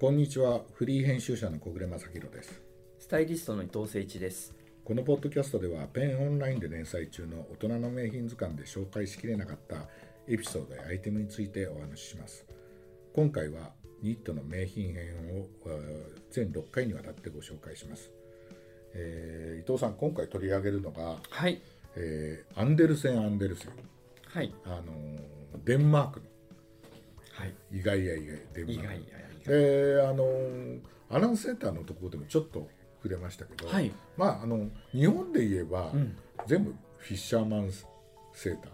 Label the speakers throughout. Speaker 1: こんにちはフリー編集者の小暮正弘です
Speaker 2: スタイリストの伊藤誠一です。
Speaker 1: このポッドキャストではペンオンラインで連載中の大人の名品図鑑で紹介しきれなかったエピソードやアイテムについてお話しします今回はニットの名品編をえー全6回にわたってご紹介します、えー伊藤さん今回取り上げるのが、
Speaker 2: はい。
Speaker 1: えーアンデルセン・アンデルセン
Speaker 2: はい。
Speaker 1: あのーデンマークの
Speaker 2: はい。
Speaker 1: 意外や意外デンマーク
Speaker 2: 意外や
Speaker 1: であのアナウンスセンターのところでもちょっと触れましたけど、
Speaker 2: はい
Speaker 1: まああの日本で言えば、
Speaker 2: ん
Speaker 1: 全部フィッシャーマンズセーター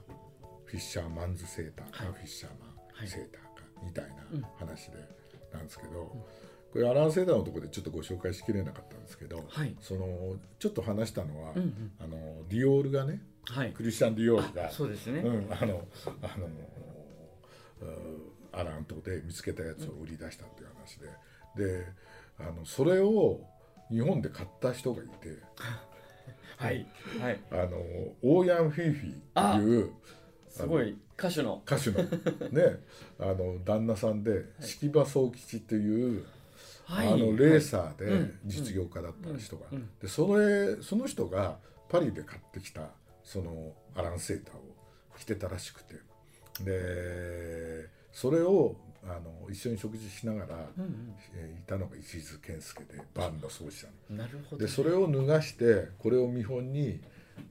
Speaker 1: フィッシャーマンズセーターか、フィッシャーマンセーターか、みたいな話で、なんですけど、これアナウンスセンターのところでちょっとご紹介しきれなかったんですけど、
Speaker 2: はい
Speaker 1: そのちょっと話したのは、
Speaker 2: んうん
Speaker 1: あのディオールがね
Speaker 2: はい。
Speaker 1: クリスチャン・ディオールが
Speaker 2: あそうですね。
Speaker 1: うん、あの、あの、うんアラン島で見つけたやつを売り出したっていう話で、で、あの、それを日本で買った人がいて、
Speaker 2: はい。はい。
Speaker 1: あの、オーヤン・フィーフィーっていう
Speaker 2: すごい歌手の。
Speaker 1: 歌手のね、あの、旦那さんで、式場宗吉っていう、
Speaker 2: はい。
Speaker 1: あ
Speaker 2: は
Speaker 1: の
Speaker 2: い
Speaker 1: レーサー
Speaker 2: う
Speaker 1: で
Speaker 2: ん
Speaker 1: 実業家だった人が、
Speaker 2: うんうん
Speaker 1: でそれその人がパリで買ってきたそのアランセーターを着てたらしくてでそれをあの一緒に食事しながら、
Speaker 2: うん
Speaker 1: えーいたのが石津健介でバンの創始者の。
Speaker 2: うん。なるほど
Speaker 1: で。それを脱がしてこれを見本に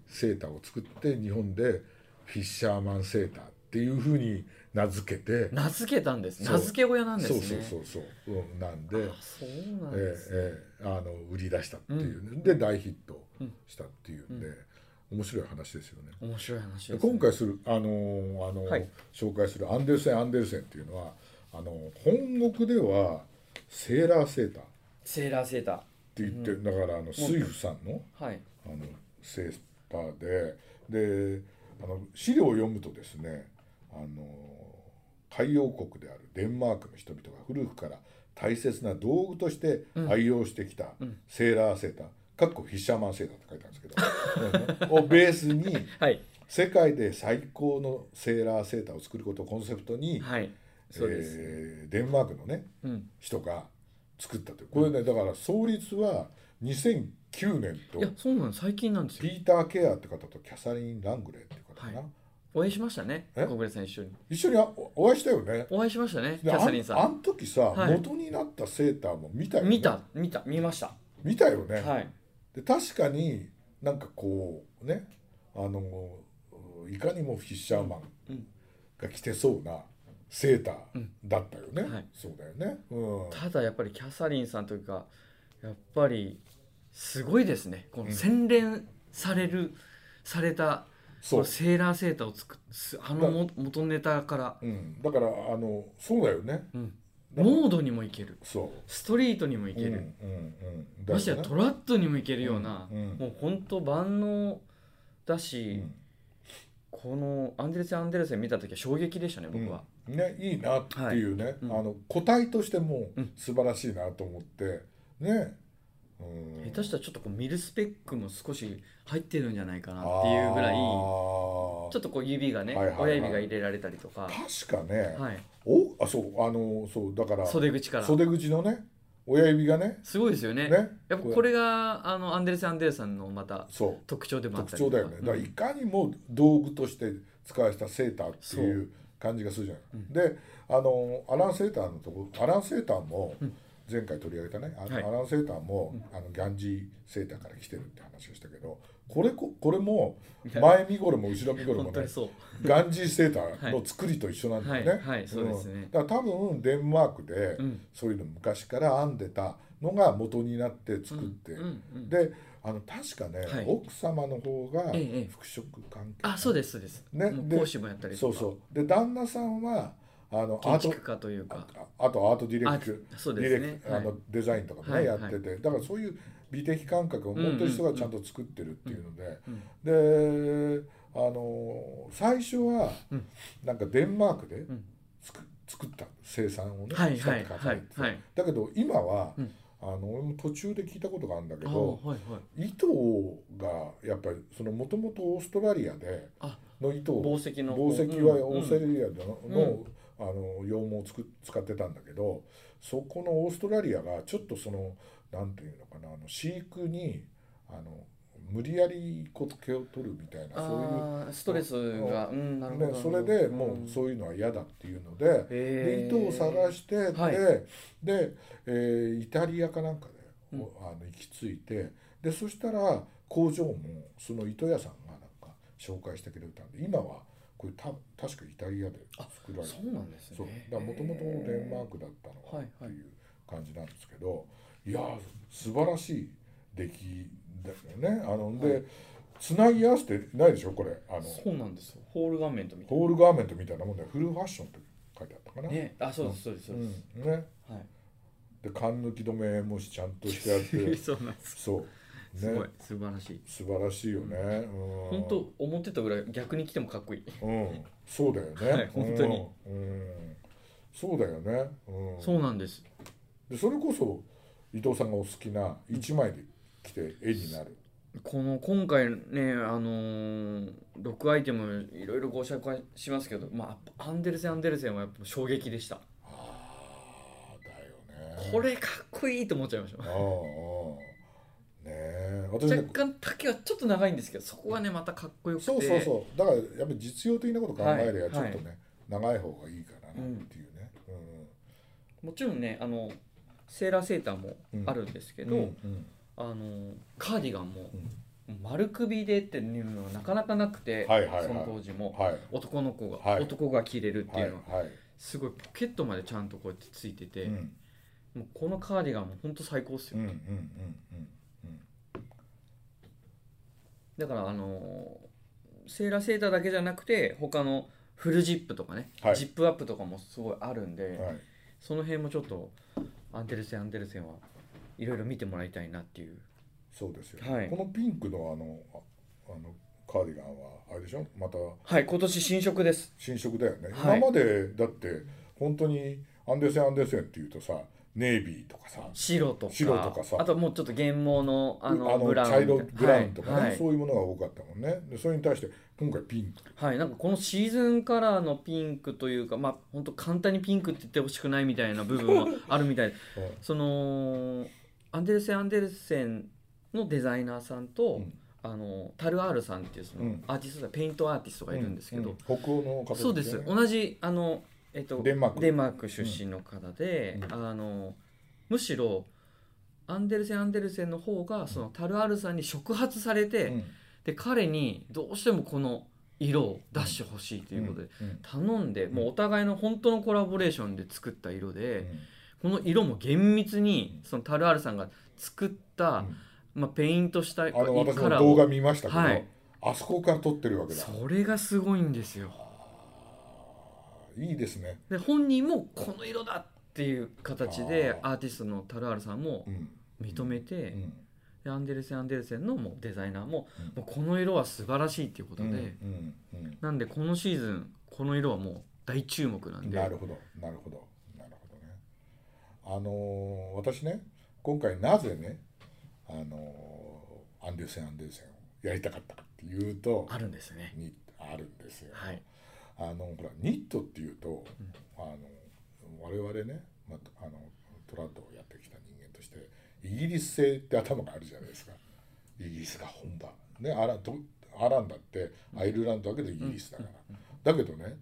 Speaker 1: セーターを作って日本でフィッシャーマンセーターっていうふうに名付けて
Speaker 2: 名付けたんです。
Speaker 1: そう
Speaker 2: 名付け親なんです
Speaker 1: そ
Speaker 2: ね。
Speaker 1: うそうそうそう、うん、なんで
Speaker 2: あそうなん
Speaker 1: え
Speaker 2: です。
Speaker 1: えええあの売り出したっていう、で大ヒットしたっていうんで、面白い話ですよね。
Speaker 2: 面白い話
Speaker 1: で
Speaker 2: ですね。
Speaker 1: 今回するあのーあのー
Speaker 2: はい
Speaker 1: 紹介するアンデルセン・アンデルセンっていうのはあのー本国ではセーラーセーターっ
Speaker 2: セーラーセータ
Speaker 1: て言って、だからあのスイフさんの
Speaker 2: ー。はい。
Speaker 1: あのセーターでであの資料を読むとですねあの海洋国であるデンマークの人々が古くから大切な道具として愛用してきたセーラーセーター、かっこフィッシャーマンセーターって書いてあるんですけど うんをベースに
Speaker 2: はい。
Speaker 1: 世界で最高のセーラーセーターを作ることをコンセプトに、
Speaker 2: はい。そうです。
Speaker 1: えーデンマークのね
Speaker 2: うん。
Speaker 1: 人が作ったというこれねだから創立は2009年と
Speaker 2: いや、そうなんです。最近なんです
Speaker 1: ピ
Speaker 2: よ。
Speaker 1: ーター・ケアって方とキャサリン・ラングレーっていう方かな、
Speaker 2: はお会いしましたね。
Speaker 1: え
Speaker 2: 小暮さん一緒に。
Speaker 1: 一緒にあおお会いしたよね
Speaker 2: お会いしましたね。キ
Speaker 1: で
Speaker 2: ャサリンさ
Speaker 1: あんあ
Speaker 2: ん。
Speaker 1: ん時さ、
Speaker 2: はい
Speaker 1: 元になったセーターも見たよね
Speaker 2: 見た、見た、見ました。
Speaker 1: 見たよね、
Speaker 2: はい。
Speaker 1: で確かになんかこうねあのいかにもフィッシャーマン
Speaker 2: うん
Speaker 1: が着てそうなセーターだったよね、
Speaker 2: うんはい
Speaker 1: そうだよね、うん、
Speaker 2: ただやっぱりキャサリンさんというかやっぱりすごいですねこの洗練される、されたこ
Speaker 1: そ
Speaker 2: の
Speaker 1: う、
Speaker 2: セーラーセーターを作すあのも元ネタから、
Speaker 1: うん、だからあのそうだよね
Speaker 2: うん、
Speaker 1: だから
Speaker 2: モードにもいける
Speaker 1: そ
Speaker 2: ストリートにもいうける、
Speaker 1: うんうんうんだよね
Speaker 2: ましてやトラッドにもいけるような、
Speaker 1: うんうん
Speaker 2: もう本当万能だし、
Speaker 1: うん
Speaker 2: このアンデルセン・アンデルセン見た時は衝撃でしたね僕は、
Speaker 1: うんね、いいなっていうね、
Speaker 2: うん
Speaker 1: あの個体としても
Speaker 2: うん
Speaker 1: 素晴らしいなと思って、ねうん
Speaker 2: 下手したらちょっとこうミルスペックも少し入ってるんじゃないかなっていうぐらい
Speaker 1: あ
Speaker 2: ち
Speaker 1: ー
Speaker 2: ょっとこう指がね、
Speaker 1: はいはいはい
Speaker 2: 親指が入れられたりとか、
Speaker 1: 確かね、
Speaker 2: はい、
Speaker 1: おあそうあのそうだから
Speaker 2: 袖口から
Speaker 1: 袖口のね親指がね
Speaker 2: すごいですよ
Speaker 1: ね
Speaker 2: ねやっぱこれがあのアンデルセン・アンデルさんのまた
Speaker 1: そう
Speaker 2: 特徴でもあっ
Speaker 1: 特
Speaker 2: た
Speaker 1: 徴
Speaker 2: りとか
Speaker 1: だよね、だから
Speaker 2: う
Speaker 1: い
Speaker 2: ん
Speaker 1: かにも道具として使われたセーターってい
Speaker 2: そう
Speaker 1: 感じがするじゃない、
Speaker 2: うん
Speaker 1: であのアラン・セーターのとこアラン・セーターも
Speaker 2: うん
Speaker 1: 前回取り上げたね、あ
Speaker 2: はい
Speaker 1: アラン・セーターも、あのギャンジーセーターから来てるって話をしたけどこれここれも前身頃も後ろ身頃も
Speaker 2: 本当
Speaker 1: ね
Speaker 2: にそう
Speaker 1: ガンジーセーターの作りと一緒なんだよね。
Speaker 2: はいはいはいそうですね
Speaker 1: んだから多分デンマークで
Speaker 2: うん
Speaker 1: そういうの昔から編んでたのが元になって作って、
Speaker 2: うんうん
Speaker 1: であの確かね、
Speaker 2: はい
Speaker 1: 奥様の方が
Speaker 2: ええええ
Speaker 1: 服飾関係、
Speaker 2: あそうですそうです、
Speaker 1: ね
Speaker 2: もう
Speaker 1: で
Speaker 2: 講師もやったり
Speaker 1: そ
Speaker 2: と
Speaker 1: う
Speaker 2: か
Speaker 1: そうで旦那さんはあのア
Speaker 2: 建
Speaker 1: ート
Speaker 2: 築家というか
Speaker 1: ああとアートディレクト
Speaker 2: あそう
Speaker 1: デ
Speaker 2: です
Speaker 1: ィレ
Speaker 2: ね
Speaker 1: クトあ
Speaker 2: は
Speaker 1: の
Speaker 2: い
Speaker 1: デザインとかもね、
Speaker 2: はい
Speaker 1: やってて、だからそういう美的感覚を持ってる人がちゃんと作ってるっていうので、
Speaker 2: うん
Speaker 1: であの最初は
Speaker 2: うん
Speaker 1: なんかデンマークで
Speaker 2: ん
Speaker 1: つく作った生産をね、
Speaker 2: はい
Speaker 1: したっ
Speaker 2: は
Speaker 1: て
Speaker 2: い
Speaker 1: 書
Speaker 2: は
Speaker 1: かれ
Speaker 2: い
Speaker 1: てて
Speaker 2: はい
Speaker 1: だけど今は、
Speaker 2: うん
Speaker 1: あの俺も途中で聞いたことがあるんだけ
Speaker 2: あ
Speaker 1: ど
Speaker 2: はいはい
Speaker 1: 糸がやっぱりそのもともとオーストラリアで
Speaker 2: あ
Speaker 1: の糸を
Speaker 2: 宝石の
Speaker 1: 宝石は
Speaker 2: うん
Speaker 1: オーストラリアの,、
Speaker 2: うん
Speaker 1: のあの羊毛をつく使ってたんだけどそこのオーストラリアがちょっとその何ていうのかなあの飼育にあの無理やりこう毛を取るみたいなそういう
Speaker 2: あーストレスが、うん、なるほど
Speaker 1: ね、それでもう
Speaker 2: う
Speaker 1: そういうのは嫌だっていうので,、
Speaker 2: へー
Speaker 1: で糸を探してで,、
Speaker 2: はい
Speaker 1: でえーイタリアかなんかで、
Speaker 2: うん
Speaker 1: おあの行き着いてでそしたら工場もその糸屋さんがなんか紹介してくれたんで今はこれた確かイタリアで作られて
Speaker 2: そうなんです
Speaker 1: そう
Speaker 2: ね
Speaker 1: だもともとデンマークだったの
Speaker 2: は
Speaker 1: か
Speaker 2: いはい
Speaker 1: っていう感じなんですけど、いやー素晴らしい出来だよねあので、
Speaker 2: は
Speaker 1: 繋ぎ合わせてないでしょこれあの
Speaker 2: そうなんですよホール画面とみたい
Speaker 1: ホールガーメントみたいなもんでフルファッションって書いてあったかな、
Speaker 2: なねあそうですそうです
Speaker 1: う
Speaker 2: そうです、
Speaker 1: んね、
Speaker 2: はい
Speaker 1: で缶抜き止めもしちゃんとしてあって
Speaker 2: そうなんです
Speaker 1: そう
Speaker 2: す
Speaker 1: ね
Speaker 2: ごい素晴らしい
Speaker 1: 素晴らしいよね、うん、
Speaker 2: 本当思ってたぐらい逆に来てもかっこいい
Speaker 1: うんそうだよね、
Speaker 2: はい本当に
Speaker 1: うん、うんそうだよね、うん、
Speaker 2: そうなんです
Speaker 1: でそれこそ伊藤さんがお好きな一枚で着て絵になる、
Speaker 2: この今回ねあのー、6アイテムいろいろご紹介しますけど、まあ、アンデルセンアンデルセンはやっぱ衝撃でした
Speaker 1: ああだよね
Speaker 2: これかっこいいと思っちゃいました
Speaker 1: ああああねえ私
Speaker 2: 若
Speaker 1: ね
Speaker 2: 干丈はちょっと長いんですけどそこがねまたかっこよくて
Speaker 1: そうそうそうだからやっぱり実用的なこと考えればちょ
Speaker 2: は
Speaker 1: っ
Speaker 2: い
Speaker 1: とね、長い方がいいかなっていうね、
Speaker 2: もちろんねあのセーラーセーターもあるんですけ
Speaker 1: うん
Speaker 2: ど、
Speaker 1: うんうん
Speaker 2: あのカーディガンも丸首でっていうのはなかなかなくて、
Speaker 1: はいはいはい
Speaker 2: その当時も
Speaker 1: はい
Speaker 2: 男の子が、
Speaker 1: はい
Speaker 2: 男が着れるって
Speaker 1: はいいう
Speaker 2: のは
Speaker 1: はい、
Speaker 2: すごいポケットまでちゃんとこうやってついてて、
Speaker 1: うん
Speaker 2: もうこのカーディガンも本当最高っす
Speaker 1: う
Speaker 2: よ、
Speaker 1: んうんうんうん
Speaker 2: だからあのセーラーセーターだけじゃなくて他のフルジップとかね、
Speaker 1: はい
Speaker 2: ジップアップとかもすごいあるんで、
Speaker 1: はい
Speaker 2: その辺もちょっとアンデルセンアンデルセンはいろいろ見てもらいたいなっていう
Speaker 1: そうですよ、
Speaker 2: はい
Speaker 1: このピンクのあのああのカーディガンはあれでしょまた
Speaker 2: はい今年新色です
Speaker 1: 新色だよね、
Speaker 2: はい
Speaker 1: 今までだって本当にアンデセンアンデセンっていうとさネイビーとかさ
Speaker 2: 白とか
Speaker 1: 白とかさ
Speaker 2: あともうちょっと原毛のあのブラウン
Speaker 1: 茶色ブラウンとかね、
Speaker 2: はいはい
Speaker 1: そういうものが多かったもんねでそれに対して今回ピンク
Speaker 2: はいなんかこのシーズンカラーのピンクというかまあ本当簡単にピンクって言ってほしくないみたいな部 分もあるみたいで
Speaker 1: うん
Speaker 2: そのアンデルセン・アンデルセンのデザイナーさんと、
Speaker 1: うん
Speaker 2: あのタルアールさんっていうその、
Speaker 1: うん
Speaker 2: アーティストだペイントアーティストがいるんですけど、
Speaker 1: う北欧の方
Speaker 2: そうで
Speaker 1: よ
Speaker 2: す
Speaker 1: ね
Speaker 2: 同じあの、えっと、
Speaker 1: デンマーク
Speaker 2: 出身の方で、
Speaker 1: うん
Speaker 2: あのむしろアンデルセン・アンデルセンの方がそのタルアルさんに触発されて、
Speaker 1: うん
Speaker 2: で彼にどうしてもこの色を出してほしいということで、
Speaker 1: うん
Speaker 2: 頼んで
Speaker 1: ん
Speaker 2: もうお互いの本当のコラボレーションで作った色
Speaker 1: うん
Speaker 2: で、この色も厳密にそのタルアルさんが作った、
Speaker 1: うん
Speaker 2: まあ、ペイントしたいい
Speaker 1: あの私
Speaker 2: カ
Speaker 1: も
Speaker 2: ラー
Speaker 1: 動画
Speaker 2: を
Speaker 1: 見ましたけど、
Speaker 2: はい
Speaker 1: あそこから撮ってるわけだ
Speaker 2: それがすごいんですよ。
Speaker 1: いいですね、
Speaker 2: で本人もこの色だっていう形で
Speaker 1: あ
Speaker 2: アーティストのタルアルさんも
Speaker 1: うん
Speaker 2: 認めて、
Speaker 1: うん
Speaker 2: でアンデルセン・アンデルセンのもうデザイナーも,、
Speaker 1: うん
Speaker 2: もうこの色は素晴らしいっていうこと
Speaker 1: う
Speaker 2: で、
Speaker 1: んうんうん
Speaker 2: なんでこのシーズンこの色はもう大注目なんで
Speaker 1: なるほどなるほどなるほどねあのー私ね今回なぜねあのーアンデルセンアンデルセンをやりたかったかっていうと
Speaker 2: あるんですね。
Speaker 1: にあるんですよ、
Speaker 2: はい、
Speaker 1: あのほらニットっていうと、あの我々ね、まあ、あのトラッドをやってきた人間としてイギリス製って頭があるじゃないですかイギリスが本場ねアラどアランだってアイルランドだけどイギリスだから、だけどね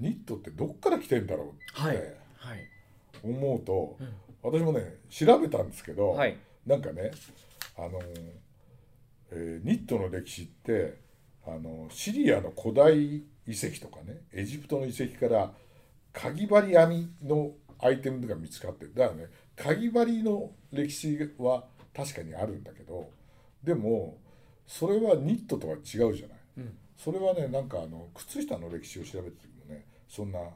Speaker 1: ニットってどっから来てんだろうっ
Speaker 2: はい
Speaker 1: て
Speaker 2: はい
Speaker 1: 思うと、私もね調べたんですけど、
Speaker 2: はい
Speaker 1: なんかねあの、えーニットの歴史ってあのシリアの古代遺跡とかねエジプトの遺跡からかぎ針編みのアイテムが見つかってるだからねかぎ針の歴史は確かにあるんだけどでもそれはニットとは違うじゃない。それはねなんかあの靴下の歴史を調べてる時もねそんなのが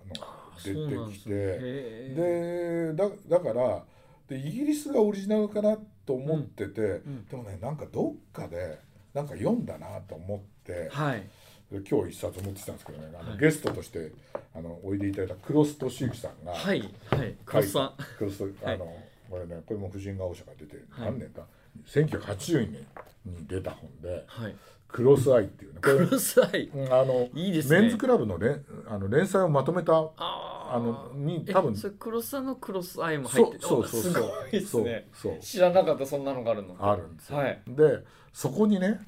Speaker 1: 出
Speaker 2: そう
Speaker 1: て
Speaker 2: なん
Speaker 1: き
Speaker 2: です
Speaker 1: て。
Speaker 2: ねへー
Speaker 1: でだだからでイギリスがオリジナルかなと思ってて、
Speaker 2: ん
Speaker 1: でもねなんかどっかでなんか読んだなと思って
Speaker 2: はい
Speaker 1: で今日一冊持ってきたんですけどねあの、
Speaker 2: はい
Speaker 1: ゲストとしてあのおいでいただいた黒須俊之さんが
Speaker 2: はいはい
Speaker 1: 書
Speaker 2: 黒
Speaker 1: いた
Speaker 2: 須さん
Speaker 1: 黒須
Speaker 2: は
Speaker 1: あ
Speaker 2: い
Speaker 1: の、これねこれも「婦人が王社」が出て、
Speaker 2: はい
Speaker 1: 何年か1980年に出た本で
Speaker 2: はい
Speaker 1: 「クロスアイ」っていうねこれ
Speaker 2: 黒須愛
Speaker 1: うんあの
Speaker 2: いいですね
Speaker 1: メンズクラブの,、ね、あの連載をまとめた
Speaker 2: あ
Speaker 1: あのに多分
Speaker 2: えそれクロスさんのクロスアイも入っ
Speaker 1: そ
Speaker 2: て
Speaker 1: うそうそうそう
Speaker 2: すごいですね
Speaker 1: そうそう
Speaker 2: 知らなかったそんなのがあるの
Speaker 1: あるんですよ、
Speaker 2: はい
Speaker 1: でそこにね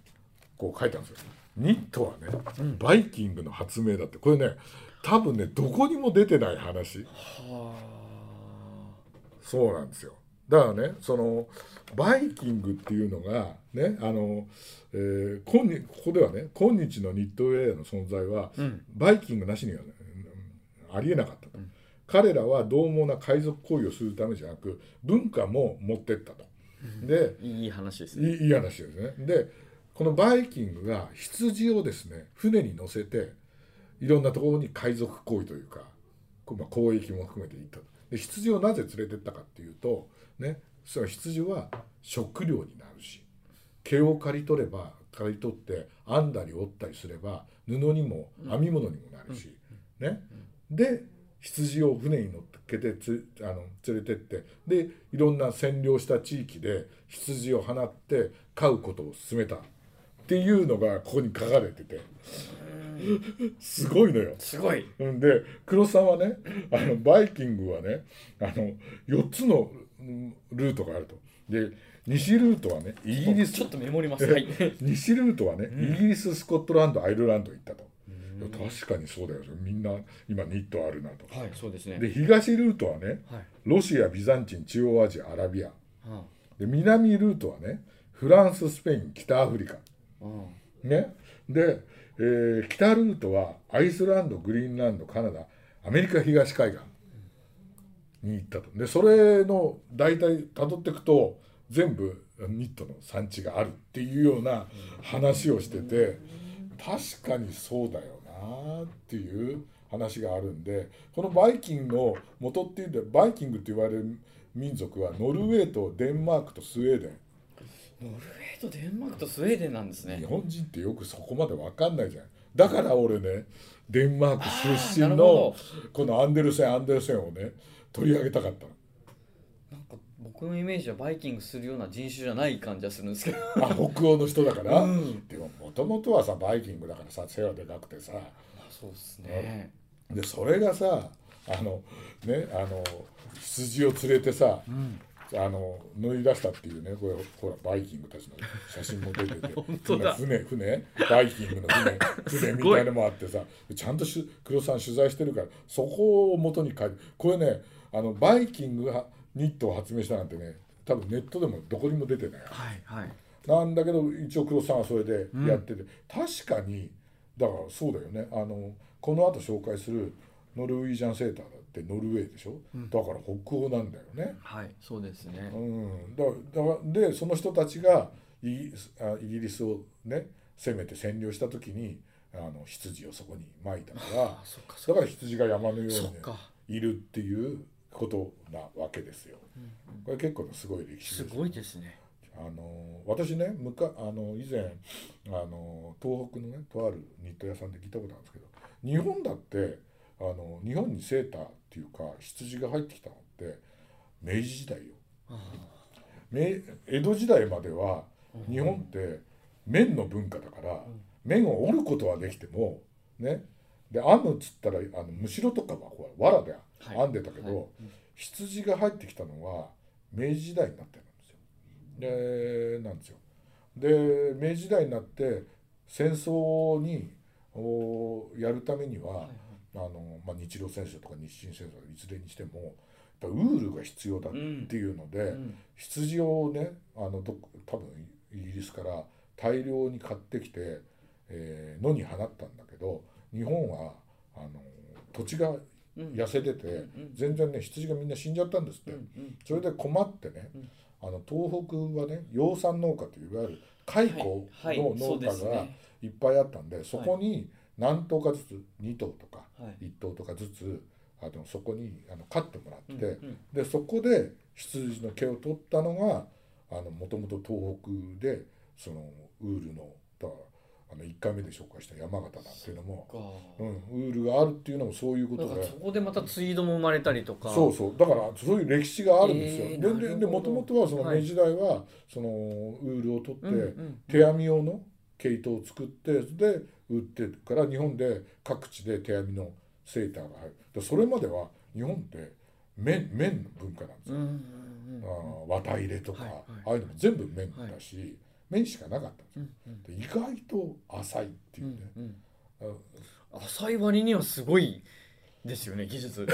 Speaker 1: こう書いてあるんですよニットはね、
Speaker 2: うん
Speaker 1: バイキングの発明だってこれね多分ねどこにも出てない話
Speaker 2: は
Speaker 1: そうなんですよだからねそのバイキングっていうのがねあの、えー今日ここではね今日のニットウェアの存在は
Speaker 2: あうん
Speaker 1: バイキングなしには、ね、ありえなかったと、
Speaker 2: うん
Speaker 1: 彼らは獰猛な海賊行為をするためじゃなく文化も持ってったと、で
Speaker 2: いい話ですね
Speaker 1: いいいい話ですねでこのバイキングが羊をですね船に乗せていろんなところに海賊行為というか、こうまあ、交易も含めて行ったとで羊をなぜ連れてったかっていうと、ね、その羊は食料になるし毛を刈り取れば刈り取って編んだり折ったりすれば布にも編み物にもなるし、ね、で羊を船に乗っけてつあの連れてってでいろんな占領した地域で羊を放って飼うことを進めたっていうのがここに書かれててすごいのよ。
Speaker 2: すごい
Speaker 1: うんで黒さんはねあのバイキングはねあの4つのうんルートがあると。で西ルートはねイギリス
Speaker 2: ちょっとメモりますはい
Speaker 1: 西ルートはね、イギリススコットランドアイルランド行ったと、いや確かにそうだよみんな今ニットあるなと、
Speaker 2: はいそうですね
Speaker 1: で東ルートはね
Speaker 2: はい
Speaker 1: ロシアビザンチン中央アジアアラビア
Speaker 2: うん
Speaker 1: で南ルートはねフランススペイン北アフリカ
Speaker 2: うん
Speaker 1: ねで、えー北ルートはアイスランドグリーンランドカナダアメリカ東海岸に行ったとでそれの大体たどっていくと全部ニットの産地があるっていうような話をしてて確かにそうだよなっていう話があるんでこのバイキングの元っていうんでバイキングって言われる民族はノルウェーとデンマークとスウェーデン
Speaker 2: ノルウェーとデンマークとスウェーデンなんです
Speaker 1: 日
Speaker 2: ね
Speaker 1: 本人ってよくそこまで分かんないじゃんだから俺ねデンマーク出身
Speaker 2: あーなる
Speaker 1: の
Speaker 2: ほ
Speaker 1: このアンデルセンアンデルセンをね取り上げたかったの
Speaker 2: なんか僕のイメージはバイキングするような人種じゃない感じはするんですけど
Speaker 1: あ北欧の人だから、
Speaker 2: うん
Speaker 1: でももともとはさバイキングだからさ背はでかくてさ
Speaker 2: そうですね
Speaker 1: でそれがさあのねあの羊を連れてさ、あの乗り出したっていうねこれほらバイキングたちの写真も出てて
Speaker 2: 本当だ
Speaker 1: 船船バイキングの 船船みたいのもあってさちゃんとし黒さん取材してるからそこを元に書いてこれねあのバイキングがニットを発明したなんてね多分ネットでもどこにも出てない
Speaker 2: はいはい
Speaker 1: なんだけど一応黒さんはそれでやってて、確かにだからそうだよねあのこの後紹介するノルウィージャンセーターだってノルウェーでしょ、だから北欧なんだよね。
Speaker 2: はいそうですね
Speaker 1: うん、だだからでその人たちがイギリスあイギリスをね攻めて占領した時にあの羊をそこにまいたから
Speaker 2: あそっかそ
Speaker 1: だ
Speaker 2: っ
Speaker 1: か
Speaker 2: から
Speaker 1: 羊が山のように
Speaker 2: そっか
Speaker 1: いるっていうことなわけですよ。これ結構すごい歴史
Speaker 2: す
Speaker 1: です
Speaker 2: ごいですね
Speaker 1: あの私ねむかあの以前あの東北のねとあるニット屋さんで聞いたことあるんですけど日本だってあの日本にセーターっていうか羊が入ってきたのって明治時代よ。明江戸時代までは日本って綿の文化だから綿を織ることはできてもねで編むっつったらあのむしろとかはほら藁で
Speaker 2: はい
Speaker 1: 編んでたけど、
Speaker 2: は
Speaker 1: 羊が入ってきたのは明治時代になってるんですよ。でなんですよ。で明治時代になって戦争にをやるためには、あのまあ、日露戦争とか日清戦争いずれにしてもやっぱウールが必要だっていうので、
Speaker 2: ん
Speaker 1: 羊をねあのどっ多分イギリスから大量に買ってきて、えー野に放ったんだけど日本はあの土地が痩せてて、全然ね羊がみんな死んじゃったんですって、それで困ってね、あの東北はね養蚕農家といういわゆる蚕
Speaker 2: はいはい
Speaker 1: の
Speaker 2: そ
Speaker 1: 農
Speaker 2: うで
Speaker 1: 家
Speaker 2: す
Speaker 1: が
Speaker 2: ね
Speaker 1: いっぱいあったんで,、そこに何頭かずつ2頭とか
Speaker 2: はい
Speaker 1: 1頭とかずつあのそこにあの飼ってもらって、
Speaker 2: うんうん
Speaker 1: でそこで羊の毛を取ったのがもともと東北でそのウールのだからあの1回目で紹介した山形なんていうのも、うん、ウールがあるっていうのもそういうこ
Speaker 2: なん
Speaker 1: と
Speaker 2: か
Speaker 1: で
Speaker 2: そ。こでまたツイードも生まれたりとか
Speaker 1: そうそうだからそういう歴史があるんですよ。
Speaker 2: えーなるほど
Speaker 1: でででもともとはその
Speaker 2: はい
Speaker 1: 明治時代は、そのウールを取って、
Speaker 2: うんうん
Speaker 1: 手編み用の毛糸を作ってで売ってるから日本で各地で手編みのセーターが入るでそれまでは日本って綿綿の文化なんです
Speaker 2: う
Speaker 1: よ、
Speaker 2: んうんうん
Speaker 1: あー綿入れとか、
Speaker 2: はいはい
Speaker 1: ああいうのも全部綿だし、綿しかなかったんです
Speaker 2: う
Speaker 1: よ
Speaker 2: んうん
Speaker 1: で意外と浅いっていうね、
Speaker 2: うん
Speaker 1: あの
Speaker 2: うん浅い割にはすごいですよね技術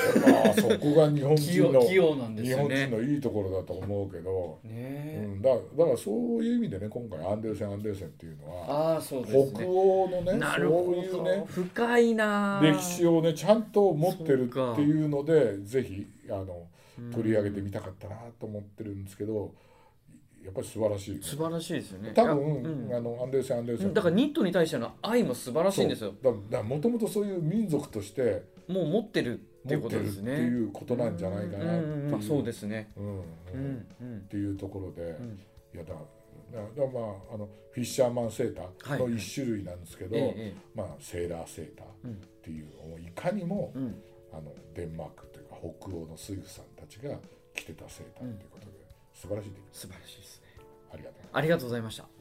Speaker 1: ああそこが日本
Speaker 2: 器
Speaker 1: 人
Speaker 2: 用
Speaker 1: の
Speaker 2: 器用なんです
Speaker 1: 日
Speaker 2: よ
Speaker 1: 本人
Speaker 2: ね
Speaker 1: のいいところだと思うけど、
Speaker 2: ね
Speaker 1: う
Speaker 2: え
Speaker 1: ん、だだからそういう意味でね今回アンデルセン・アンデルセンっていうのは、
Speaker 2: ああそうです
Speaker 1: 北
Speaker 2: ね
Speaker 1: 欧のね
Speaker 2: な
Speaker 1: そ
Speaker 2: る
Speaker 1: う
Speaker 2: ほど
Speaker 1: いうね
Speaker 2: 深いなあ
Speaker 1: 歴史をねちゃんと持ってる
Speaker 2: そうか
Speaker 1: っていうのでぜひあの
Speaker 2: うん
Speaker 1: 取り上げてみたかったなと思ってるんですけどやっぱり素晴らしいよね、
Speaker 2: 素晴らしいですよね
Speaker 1: 多
Speaker 2: いやうん
Speaker 1: 分、あのアンデルセン・アンデルセ
Speaker 2: うん
Speaker 1: ン
Speaker 2: だからニットに対しての愛も素晴らしいんですよ
Speaker 1: そうだだもともとそういう民族として
Speaker 2: もう持ってるって
Speaker 1: 持
Speaker 2: いう
Speaker 1: っ
Speaker 2: こ
Speaker 1: て
Speaker 2: とで
Speaker 1: るっ
Speaker 2: す
Speaker 1: て
Speaker 2: ね
Speaker 1: いうことなんじゃないかなって、
Speaker 2: うんうんうんまあそうですすね
Speaker 1: うんう
Speaker 2: うんんうん
Speaker 1: っていうところで、
Speaker 2: うん
Speaker 1: いやだだだまああのフィッシャーマンセーターの
Speaker 2: はい
Speaker 1: 一種類なんですけど、
Speaker 2: えええ
Speaker 1: まあ、セーラーセーターっ
Speaker 2: えうん
Speaker 1: ていうのをいかにも
Speaker 2: うん
Speaker 1: あのデンマークというか北欧のスイフさんたちが着てたセーターということで、素晴らしいです
Speaker 2: 素晴らしいですね
Speaker 1: ありがとうございます。
Speaker 2: ありがとうございました